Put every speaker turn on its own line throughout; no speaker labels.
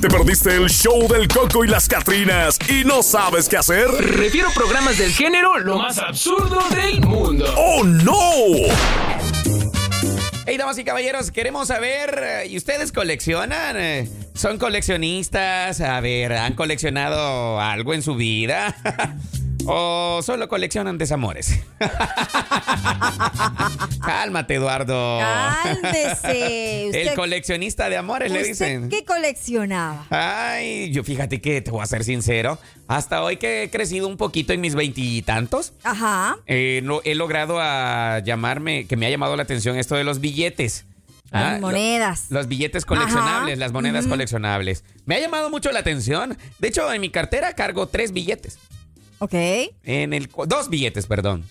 ¿Te perdiste el show del Coco y las Catrinas y no sabes qué hacer?
Refiero programas del género lo más absurdo del mundo.
¡Oh, no!
Hey, damas y caballeros, queremos saber, eh, ¿y ustedes coleccionan? Eh, ¿Son coleccionistas? A ver, ¿han coleccionado algo en su vida? ¿O solo coleccionan desamores? Cálmate, Eduardo.
Cálmese. Usted,
El coleccionista de amores, le
¿usted
dicen.
¿Qué coleccionaba?
Ay, yo fíjate que te voy a ser sincero. Hasta hoy que he crecido un poquito en mis veintitantos,
Ajá.
eh, no- he logrado a llamarme, que me ha llamado la atención esto de los billetes. Ah,
Las
lo-
monedas.
los billetes coleccionables,
Ajá.
las monedas
Ujú.
coleccionables. Me ha llamado mucho la atención. De hecho, en mi cartera cargo tres billetes.
ok.
En el, cu- dos billetes, perdón.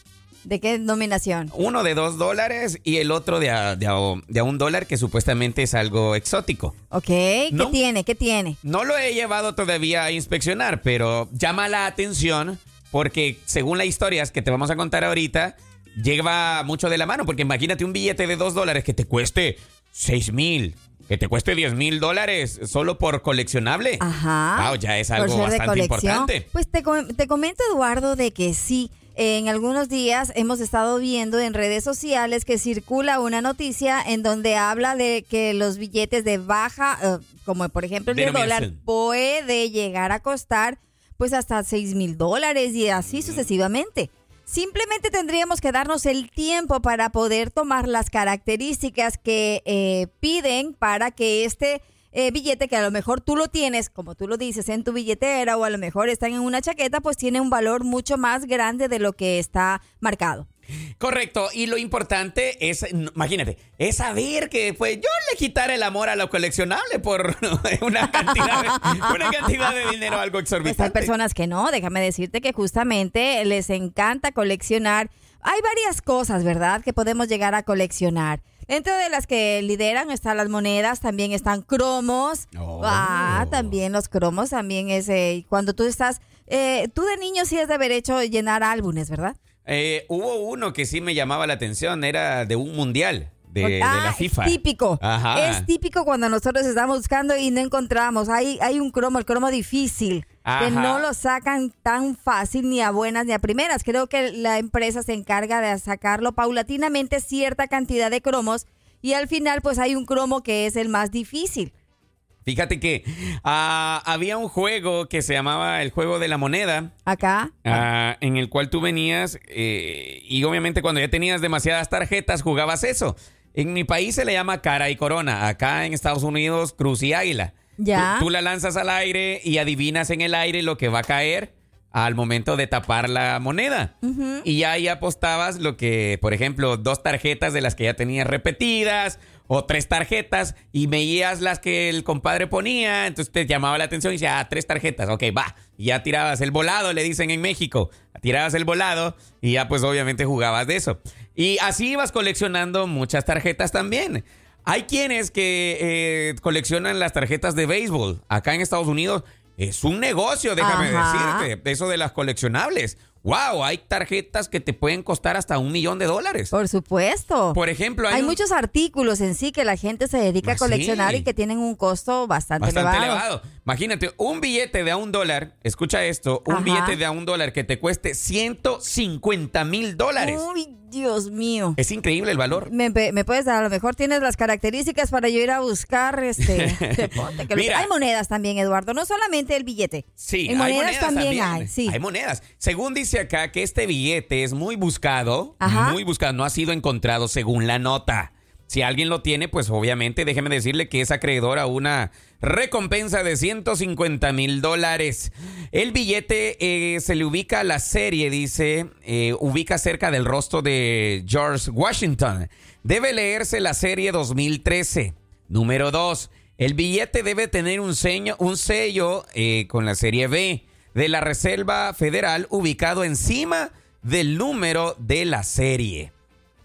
¿De qué denominación?
Uno de dos dólares y el otro de a, de a- de a un dólar, que supuestamente es algo exótico.
Ok. ¿Qué
No.
tiene? ¿Qué tiene?
No lo he llevado todavía a inspeccionar, pero llama la atención porque según las historias que te vamos a contar ahorita, lleva mucho de la mano. Porque imagínate un billete de dos dólares que te cueste seis mil, que te cueste diez mil dólares solo por coleccionable.
Ajá.
Wow, ya es
Por
algo
ser de
bastante
colección.
importante.
Pues te, com- te comento, Eduardo, de que sí. En algunos días hemos estado viendo en redes sociales que circula una noticia en donde habla de que los billetes de baja, eh, como por ejemplo el de dólar,
Denominación.
puede llegar a costar pues hasta 6 mil dólares y así sucesivamente. Simplemente tendríamos que darnos el tiempo para poder tomar las características que eh, piden para que este eh, billete, que a lo mejor tú lo tienes, como tú lo dices, en tu billetera o a lo mejor están en una chaqueta, pues tiene un valor mucho más grande de lo que está marcado.
Correcto, y lo importante es, no, imagínate, es saber que pues yo le quitaré el amor a lo coleccionable por una cantidad de, una cantidad de dinero algo
Pues hay
exorbitante.
personas que no, déjame decirte que justamente les encanta coleccionar. Hay varias cosas, ¿verdad?, que podemos llegar a coleccionar. Dentro de las que lideran están las monedas, también están cromos.
Oh.
Ah, también los cromos, también es eh, cuando tú estás... eh, tú de niño sí has de haber hecho llenar álbumes, ¿verdad?
Eh, hubo uno que sí me llamaba la atención, era de un mundial de, de
ah,
la FIFA.
típico.
Ajá.
Es típico cuando nosotros estamos buscando y no encontramos. Hay, hay un cromo, el cromo difícil,
Ajá.
que no lo sacan tan fácil ni a buenas ni a primeras. Creo que la empresa se encarga de sacarlo paulatinamente cierta cantidad de cromos y al final pues hay un cromo que es el más difícil.
Fíjate que ah, había un juego que se llamaba el juego de la moneda.
Acá.
ah, en el cual tú venías eh, y obviamente cuando ya tenías demasiadas tarjetas jugabas eso. En mi país se le llama cara y corona, acá en Estados Unidos cruz y águila.
Ya.
Tú, tú la lanzas al aire y adivinas en el aire lo que va a caer al momento de tapar la moneda. Y ya ahí apostabas lo que, por ejemplo, dos tarjetas de las que ya tenías repetidas o tres tarjetas y veías las que el compadre ponía, entonces te llamaba la atención y decía, ah, tres tarjetas, ok, va. Y ya tirabas el volado, le dicen en México, tirabas el volado y ya pues obviamente jugabas de eso. Y así ibas coleccionando muchas tarjetas también. Hay quienes que eh, coleccionan las tarjetas de béisbol. Acá en Estados Unidos es un negocio, déjame
Ajá.
decirte, eso de las coleccionables. ¡Wow! Hay tarjetas que te pueden costar hasta un millón de dólares.
Por supuesto.
Por ejemplo, hay,
hay
un-
muchos artículos en sí que la gente se dedica
Ah,
a coleccionar
sí.
y que tienen un costo bastante,
bastante
elevado.
elevado. Imagínate, un billete de a un dólar, escucha esto, un
Ajá.
billete de a un dólar que te cueste 150 mil dólares.
Uy, Dios mío.
Es increíble el valor.
Me, pe- me puedes dar, a lo mejor tienes las características para yo ir a buscar este deporte. que lo-
Mira.
Hay monedas también, Eduardo, no solamente el billete.
Sí,
En monedas, también, hay, sí.
Hay monedas. Según dice acá que este billete es muy buscado,
Ajá.
muy buscado, no ha sido encontrado según la nota. Si alguien lo tiene, pues obviamente déjeme decirle que es acreedor a una recompensa de 150 mil dólares. El billete eh, se le ubica a la serie, dice, eh, ubica cerca del rostro de George Washington. Debe leerse la serie 2013. Número 2. El billete debe tener un, seño- un sello eh, con la serie B de la Reserva Federal ubicado encima del número de la serie.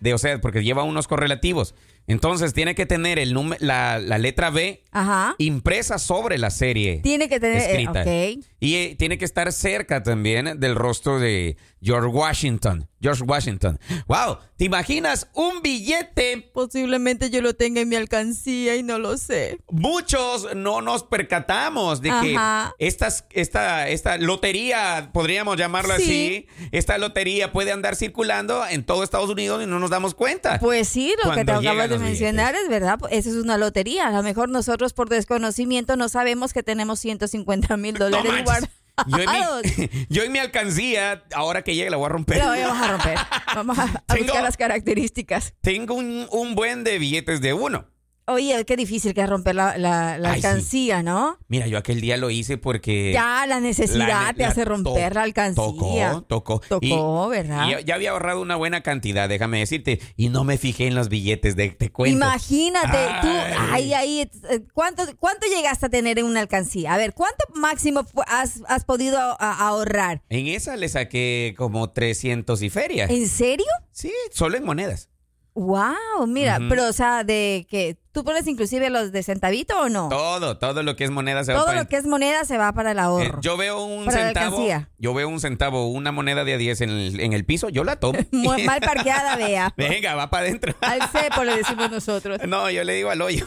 De, o sea, porque lleva unos correlativos. Entonces tiene que tener el nume- la, la letra B
Ajá.
impresa sobre la serie.
Tiene que tener. eh,
escrita.
ok.
Y eh, tiene que estar cerca también del rostro de George Washington. George Washington. ¡Wow! ¿Te imaginas un billete?
Posiblemente yo lo tenga en mi alcancía y no lo sé.
Muchos no nos percatamos de que
Ajá.
estas, esta, esta lotería, podríamos llamarla
Sí.
así, esta lotería puede andar circulando en todo Estados Unidos y no nos damos cuenta.
Pues sí, lo que
Cuando
te acabas
llegan
de
los
mencionar es verdad, esa es una lotería. A lo mejor nosotros por desconocimiento no sabemos que tenemos 150 mil dólares
manches. Yo en,
guardados.
mi, yo en mi alcancía, ahora que llegue la voy a romper.
La vamos a romper. Vamos a, a
Tengo-
buscar las características.
Tengo un, un buen de billetes de uno.
Oye, qué difícil que es romper la, la- la
Ay, sí.
alcancía, ¿no?
Mira, yo aquel día lo hice porque...
Ya la
la-
necesidad te
la-
hace romper
to-
la alcancía.
Tocó, tocó.
Tocó, ¿verdad?
y ya, ya había ahorrado una buena cantidad, déjame decirte. Y no me fijé en los billetes, de, te cuento.
Imagínate, tú,
Ay.
ay, ay, eh, ¿cuánto, ¿cuánto llegaste a tener en una alcancía? A ver, ¿cuánto máximo fu- has, has podido a- a- ahorrar?
En esa le saqué como 300 y feria.
¿En serio?
Sí, solo en monedas.
Wow, mira,
Ujú.
pero o sea, de que tú pones inclusive los de centavito o no?
Todo, todo lo que es moneda se va
Todo
para-
lo que es moneda se va para el
Eh,
ahorro.
yo veo un
Para la
centavo,
alcancía.
yo veo un centavo, una moneda de a 10 en el, en el piso, yo la tomo.
Mu- Mal parqueada, vea.
Venga, va para adentro.
Al cepo le decimos nosotros.
No, yo le digo al hoyo.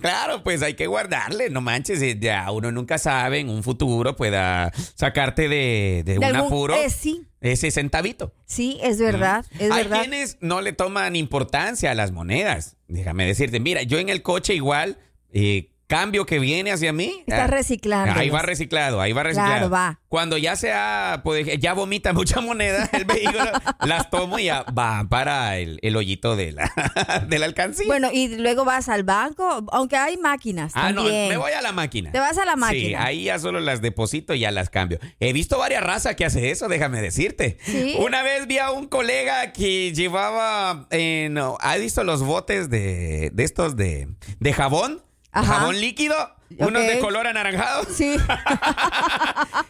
claro, pues hay que guardarle, no manches. eh, Ya uno nunca sabe, en un futuro pueda sacarte de, de un
De algún-
apuro
eh, sí,
ese centavito.
sí, es verdad, es
Mm. Hay
verdad.
quienes no le toman importancia a las monedas. Déjame decirte, mira, yo en el coche igual, eh, cambio que viene hacia mí.
Estás
ah,
reciclando.
Ahí va reciclado, ahí va reciclado.
Claro, va.
Cuando ya sea, pues, ya vomita mucha moneda el vehículo, las tomo y ya va para el, el hoyito de la, de la alcancía.
Bueno, y luego vas al banco, aunque hay máquinas
ah, no,
también.
me voy a la máquina.
Te vas a la
Sí,
máquina.
ahí ya solo las deposito y ya las cambio. He visto varias razas que hace eso, déjame decirte.
Sí.
Una vez vi a un colega que llevaba, eh, no, ¿ha visto los botes de, de estos de, de jabón?
Ajá.
Jabón líquido, unos
Ok.
de color anaranjado.
Sí.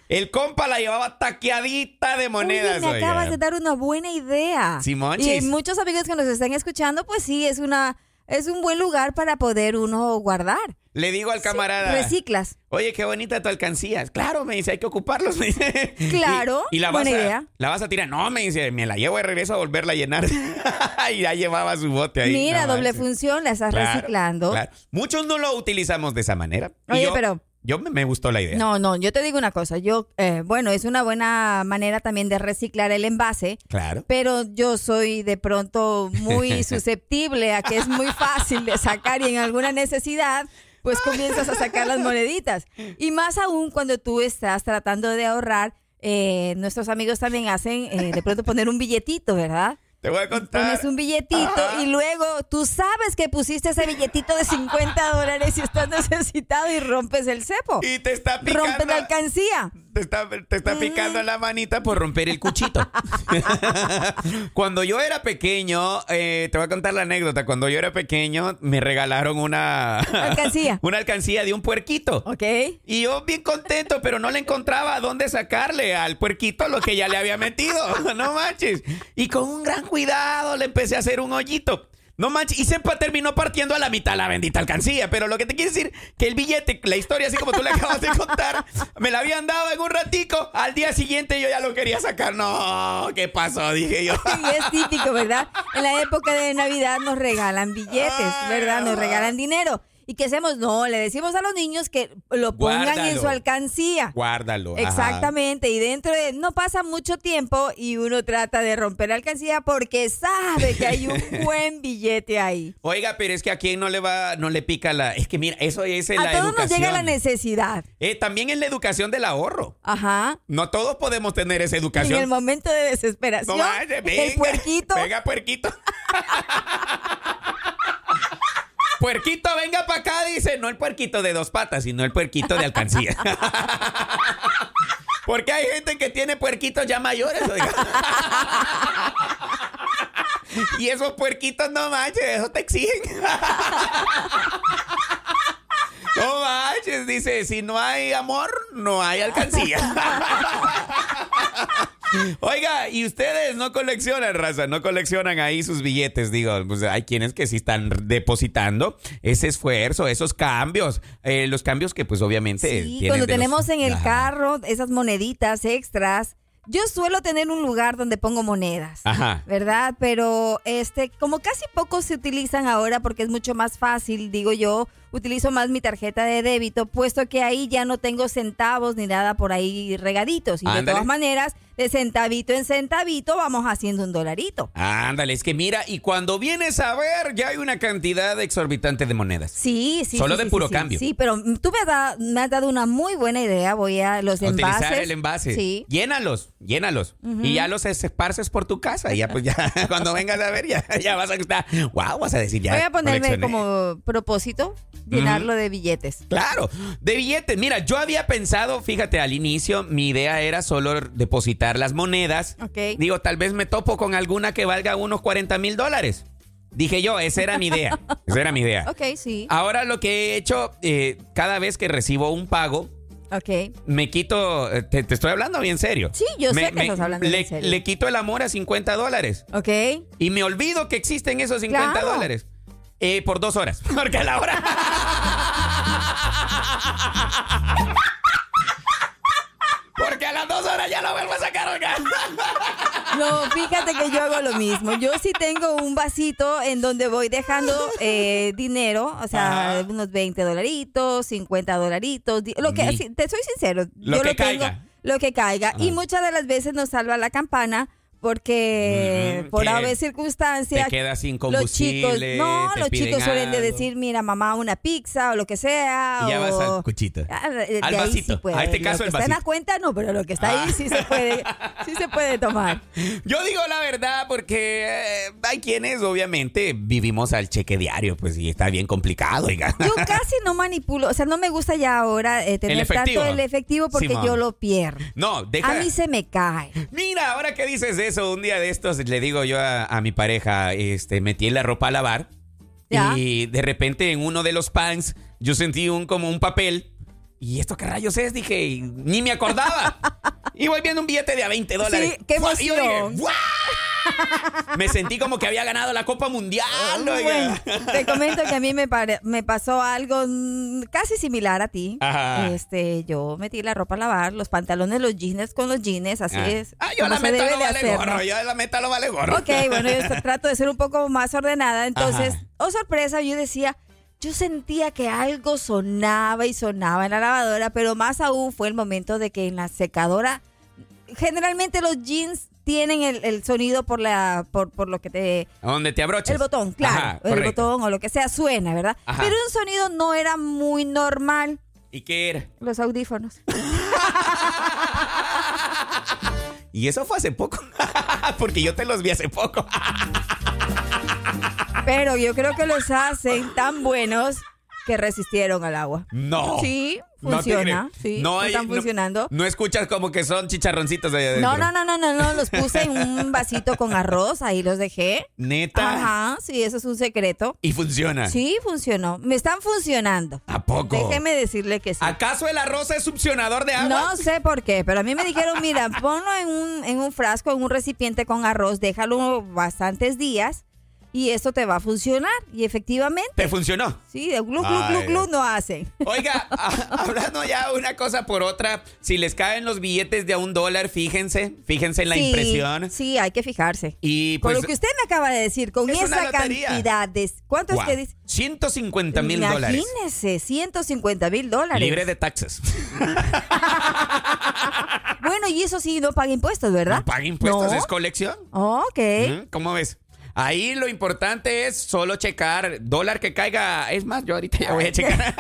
El compa la llevaba taqueadita de monedas.
Oye, me
oiga.
acabas de dar una buena idea.
Sí,
y
monchis.
muchos amigos que nos están escuchando, pues sí, es una es un buen lugar para poder uno guardar.
Le digo al camarada.
Reciclas.
Oye, qué bonita tu alcancía. Claro, me dice, hay que ocuparlos, me dice.
Claro,
Y, y la
buena
vas a,
idea.
La vas a tirar. No, me dice, me la llevo de regreso a volverla a llenar. y ya llevaba su bote ahí.
Mira,
No
doble
manches.
función, la estás
Claro,
reciclando.
claro. Muchos no lo utilizamos de esa manera. Y
Oye,
yo-
pero-
Yo me, me gustó la idea.
No, no, yo te digo una cosa, yo, eh, bueno, es una buena manera también de reciclar el envase,
Claro.
pero yo soy de pronto muy susceptible a que es muy fácil de sacar y en alguna necesidad, pues comienzas a sacar las moneditas. Y más aún cuando tú estás tratando de ahorrar, eh, nuestros amigos también hacen eh, de pronto poner un billetito, ¿verdad?
Te voy a contar.
Pones un billetito y luego tú sabes que pusiste ese billetito de 50 dólares y estás necesitado y rompes el cepo.
Y te está picando.
Rompes la alcancía.
Te está, te está picando la manita por romper el cuchito. cuando yo era pequeño, eh, te voy a contar la anécdota. Cuando yo era pequeño, me regalaron una
Alcancía.
una alcancía de un puerquito.
¿Ok?
Y yo bien contento, pero no le encontraba dónde sacarle al puerquito lo que ya le había metido. No manches. Y con un gran cuidado le empecé a hacer un hoyito. No manches. Y se pa- terminó partiendo a la mitad la bendita alcancía. Pero lo que te quiero decir, que el billete, la historia así como tú la acabas de contar, me la habían dado en un ratico. Al día siguiente yo ya lo quería sacar. No, ¿qué pasó? Dije yo.
Y es típico, ¿verdad? En la época de Navidad nos regalan billetes,
Ah,
¿verdad? Nos regalan dinero. ¿Y qué hacemos? No, le decimos a los niños que lo pongan en
Guárdalo.
su alcancía.
Guárdalo. ajá.
Exactamente, y dentro de no pasa mucho tiempo y uno trata de romper la alcancía porque sabe que hay un buen billete ahí.
Oiga, pero es que a quién no le va, no le pica la. Es que mira, eso es la
A todos
educación.
nos llega la necesidad.
Eh, también es la educación del ahorro.
Ajá.
No todos podemos tener esa
Y En
educación.
el momento de desesperación,
No manches,
el puerquito
Venga, puerquito. puerquito, venga para acá, dice. No el puerquito de dos patas, sino el puerquito de alcancía. Porque hay gente que tiene puerquitos ya mayores, oiga. y esos puerquitos, no manches, eso te exigen. No manches, dice, si no hay amor, no hay alcancía. Oiga, y ustedes no coleccionan, raza, no coleccionan ahí sus billetes, digo, pues hay quienes que sí están depositando ese esfuerzo, esos cambios, eh, los cambios que pues obviamente...
Sí,
tienen
cuando
de los-
tenemos en el
Ajá.
carro esas moneditas extras, yo suelo tener un lugar donde pongo monedas.
Ajá.
¿Verdad? Pero este, como casi pocos se utilizan ahora porque es mucho más fácil, digo yo, utilizo más mi tarjeta de débito, puesto que ahí ya no tengo centavos ni nada por ahí regaditos. Y de
Ándale.
todas maneras, de centavito en centavito vamos haciendo un dolarito.
Ándale, es que mira, y cuando vienes a ver, ya hay una cantidad exorbitante de monedas.
Sí, sí.
Solo
sí,
de
sí,
puro
sí,
cambio.
Sí, pero tú me, has da- me has dado una muy buena idea. Voy a los envases.
Utilizar el envase.
Sí.
Llénalos, llénalos. Y ya los esparces por tu casa. Y ya, pues ya, cuando vengas a ver, ya, ya vas a estar. ¡Wow! Vas a decir ya.
Voy a ponerme
coleccioné".
como propósito llenarlo de billetes.
Claro, de billetes. Mira, yo había pensado, fíjate, al inicio mi idea era solo depositar las monedas.
Ok.
Digo, tal vez me topo con alguna que valga unos 40 mil dólares. Dije yo, esa era mi idea. Esa era mi idea.
Ok, sí.
Ahora lo que he hecho, eh, cada vez que recibo un pago,
Ok.
me quito, eh, te, te estoy hablando bien serio.
Sí, yo
Me-
sé que
me-
estás hablando en
le,
serio.
le quito el amor a 50 dólares.
Ok.
Y me olvido que existen esos 50
Claro.
dólares. Eh, por dos horas. Porque a la hora. Porque a las dos horas ya lo vuelvo a sacar, oiga.
No, fíjate que yo hago lo mismo. Yo sí tengo un vasito en donde voy dejando eh, dinero, o sea,
Ajá.
unos 20 dolaritos, 50 dolaritos. di- Lo que,
Ni-
sí, te soy sincero.
Lo
yo
que
lo tengo,
caiga.
Lo que caiga. Y muchas de las veces nos salva la campana porque
Mm,
por
que
haber circunstancias
te quedas sin
los chicos,
combustible,
no,
te
los
piden
chicos suelen de
algo.
decir, mira, mamá, una pizza o lo que sea.
Y ya vas
o-
al cuchito.
Ah, de
Al
ahí
vasito.
sí puede.
A este
Lo
caso,
que
el
Está en la
vasito. Ah.
cuenta, no, pero lo que está ahí sí se puede, sí se puede tomar.
Yo digo la verdad porque eh, hay quienes, obviamente, vivimos al cheque diario, pues, y está bien complicado, oiga.
Yo casi no manipulo, o sea, no me gusta ya ahora eh, tener
efectivo.
tanto el efectivo porque
Simón.
yo lo pierdo.
No, deja.
A mí se me cae.
Mira, ahora que dices eso, un día de estos le digo yo a, a mi pareja, este, metí la ropa a lavar
Ya.
y de repente en uno de los pants yo sentí un como un papel y esto qué rayos es, dije, y ni me acordaba. y voy viendo un billete de a 20 dólares.
qué
¡Fua! Y yo dije,
emoción.
"¡Guau!". me sentí como que había ganado la Copa Mundial.
Bueno,
oiga. Ah.
te comento que a mí me, pare- me pasó algo mm, casi similar a ti.
Ajá.
Este, yo metí la ropa a lavar, los pantalones, los jeans con los jeans, así
Ah.
es.
Ah, yo
como
la
se
meta
debe
no
de
vale
hacer,
gorro,
¿no?
yo la meta no vale gorro.
Ok, bueno, yo tra- trato de ser un poco más ordenada. Entonces,
Ajá.
oh sorpresa, yo decía, yo sentía que algo sonaba y sonaba en la lavadora, pero más aún fue el momento de que en la secadora, generalmente los jeans tienen el, el sonido por la por, por lo que te
¿Dónde te abroches?
el botón, claro,
Ajá,
el
correcto.
botón o lo que sea suena, ¿verdad?
Ajá.
Pero un sonido no era muy normal,
¿Y qué era?
los audífonos.
Y eso fue hace poco, porque yo te los vi hace poco.
Pero yo creo que los hacen tan buenos que resistieron al agua.
No.
Sí,
No te
funciona.
creo.
sí,
No hay-
están
no-
funcionando.
No escuchas como que son chicharroncitos allá adentro.
No, no, no, no, no, no, los puse en un vasito con arroz, ahí los dejé.
Neta.
Ajá, sí, eso es un secreto.
Y funciona.
Sí, funcionó. Me están funcionando.
¿A poco?
Déjeme decirle que sí.
¿Acaso el arroz es succionador de agua?
No sé por qué, pero a mí me dijeron, mira, ponlo en un, en un frasco, en un recipiente con arroz, déjalo bastantes días y esto te va a funcionar. Y efectivamente,
¿Te funcionó?
sí, de glu, glu, glu,
Ay.
glu, no hacen.
Oiga, a- hablando ya una cosa por otra, si les caen los billetes de a un dólar, fíjense, fíjense en la
Sí,
impresión.
Sí, hay que fijarse.
Y
Por
pues,
lo que usted me acaba de decir, con
es una
esa
lotería.
cantidad de... ¿Cuánto
guau,
es que dice?
150 mil dólares.
Imagínese, 150 mil dólares.
Libre de taxes.
Bueno, y eso sí, no paga impuestos, ¿verdad?
No paga impuestos,
¿No?
es colección.
Ok.
Ujú, ¿Eh? ¿Cómo ves? Ahí lo importante es solo checar dólar que caiga. Es más, yo ahorita ya voy a checar.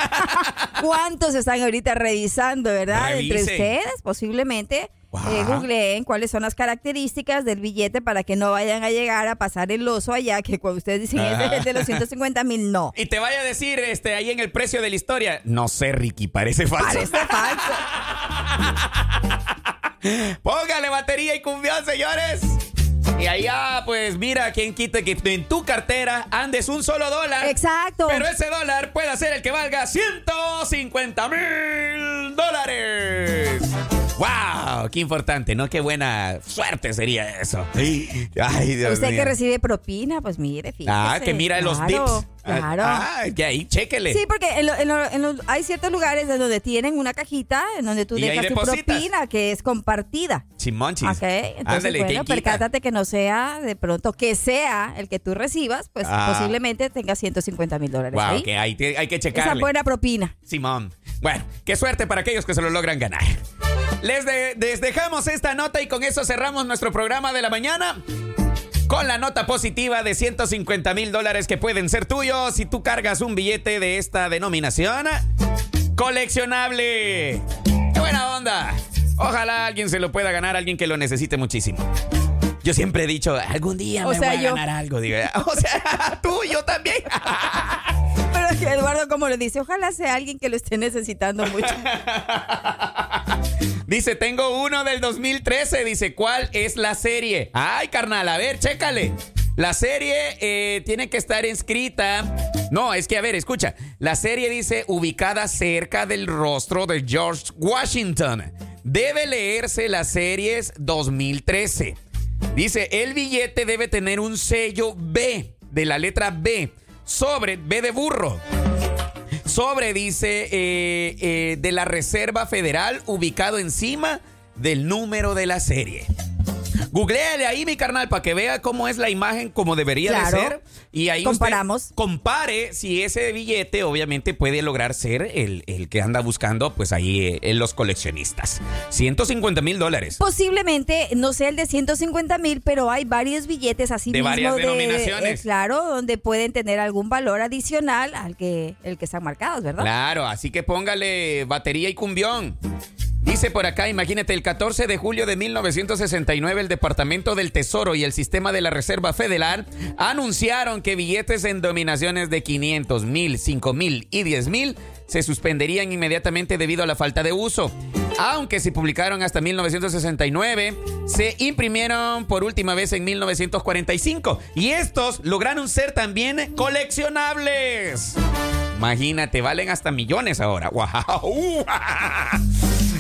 ¿Cuántos están ahorita revisando, verdad? Entre
Revisen.
ustedes, posiblemente.
Guau.
eh, googleen cuáles son las características del billete para que no vayan a llegar a pasar el oso allá, que cuando ustedes dicen "Ese es el de los 150 mil, no.
Y te vaya a decir este ahí en el precio de la historia. No sé, Ricky, parece falso.
Parece falso.
Póngale batería y cumbión, señores. Y allá, pues mira, quién quita que en tu cartera andes un solo dólar.
Exacto.
Pero ese dólar puede ser el que valga 150 mil dólares. ¡Wow! ¡Qué importante! ¿No? ¡Qué buena suerte sería eso! ¡Ay, Dios
Usted
mío.
que recibe propina, pues mire, fíjese.
Ah, que mira los
Claro,
tips. Ah,
Claro.
Ah, que ahí, chéquele.
Sí, porque en lo- en lo- en los- hay ciertos lugares en donde tienen una cajita en donde tú
Y ahí
dejas tu
depositas.
propina que es compartida.
Chimonchis.
Ok, entonces
Ándale,
bueno,
¿quién quita?
percátate que no sea de pronto, que sea el que tú recibas, pues
Ah.
posiblemente tenga 150 mil dólares
Wow,
ahí.
que ahí te- hay que
¿eh? Esa
checarle.
buena propina.
Simón. Bueno, qué suerte para aquellos que se lo logran ganar. Les, de- les dejamos esta nota y con eso cerramos nuestro programa de la mañana. Con la nota positiva de 150 mil dólares que pueden ser tuyos si tú cargas un billete de esta denominación. ¡Coleccionable! ¡Qué buena onda! Ojalá alguien se lo pueda ganar, alguien que lo necesite muchísimo. Yo siempre he dicho, algún día
O
me
sea,
voy a
yo.
ganar algo. Digo, o sea, tú, yo también.
Pero es que Eduardo, como lo dice, ojalá sea alguien que lo esté necesitando mucho.
Dice, tengo uno del 2013. Dice, ¿cuál es la serie? Ay, carnal, a ver, chécale. La serie eh, tiene que estar inscrita. No, es que, a ver, escucha. La serie dice, ubicada cerca del rostro de George Washington. Debe leerse las series 2013. Dice, el billete debe tener un sello B, de la letra B, sobre B de burro sobre, dice, eh, eh, de la Reserva Federal ubicado encima del número de la serie. Googleale ahí, mi carnal, para que vea cómo es la imagen como debería
Claro.
de ser. Y ahí usted
Comparamos.
compare si ese billete obviamente puede lograr ser el, el que anda buscando, pues ahí eh, eh, los coleccionistas. 150 mil dólares.
Pues, Posiblemente no sea el de 150 mil, pero hay varios billetes así
De
mismo
varias
de-
denominaciones.
eh, claro, donde pueden tener algún valor adicional al que el que están marcados, ¿verdad?
Claro, así que póngale batería y cumbión. Dice por acá, imagínate, el 14 de julio de 1969 el Departamento del Tesoro y el Sistema de la Reserva Federal anunciaron que billetes en dominaciones de 500 mil, 5 mil y 10 mil se suspenderían inmediatamente debido a la falta de uso. Aunque se publicaron hasta 1969, se imprimieron por última vez en 1945 y estos lograron ser también coleccionables. Imagínate, valen hasta millones ahora. ¡Wow!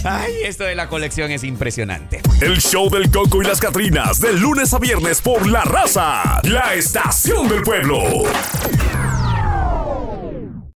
Ay, esto de la colección es impresionante.
El show del Coco y las Catrinas, de lunes a viernes por La Raza, la estación del pueblo.